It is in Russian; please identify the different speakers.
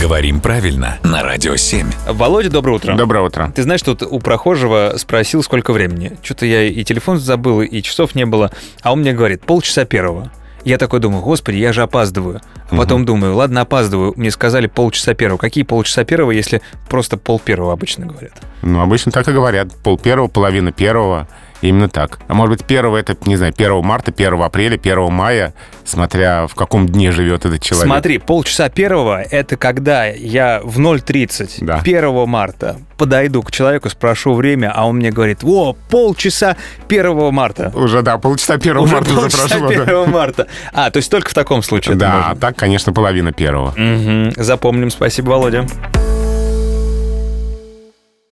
Speaker 1: Говорим правильно на Радио 7.
Speaker 2: Володя, доброе утро.
Speaker 3: Доброе утро.
Speaker 2: Ты знаешь, тут у прохожего спросил, сколько времени. Что-то я и телефон забыл, и часов не было. А он мне говорит, полчаса первого. Я такой думаю, господи, я же опаздываю. А потом думаю, ладно, опаздываю. Мне сказали полчаса первого. Какие полчаса первого, если просто пол первого обычно говорят?
Speaker 3: Ну, обычно так и говорят. Пол первого, половина первого. Именно так. А может быть, первого это, не знаю, 1 марта, 1 апреля, 1 мая, смотря в каком дне живет этот человек.
Speaker 2: Смотри, полчаса первого – это когда я в 0.30
Speaker 3: Да.
Speaker 2: 1 марта подойду к человеку, спрошу время, а он мне говорит, о, полчаса 1 марта.
Speaker 3: Уже, да, полчаса 1
Speaker 2: Уже
Speaker 3: марта уже
Speaker 2: полчаса
Speaker 3: прошло. да.
Speaker 2: 1 марта. А, то есть только в таком случае это
Speaker 3: Да, а
Speaker 2: можно.
Speaker 3: так, конечно, половина первого.
Speaker 2: Мгм. Запомним. Спасибо, Володя.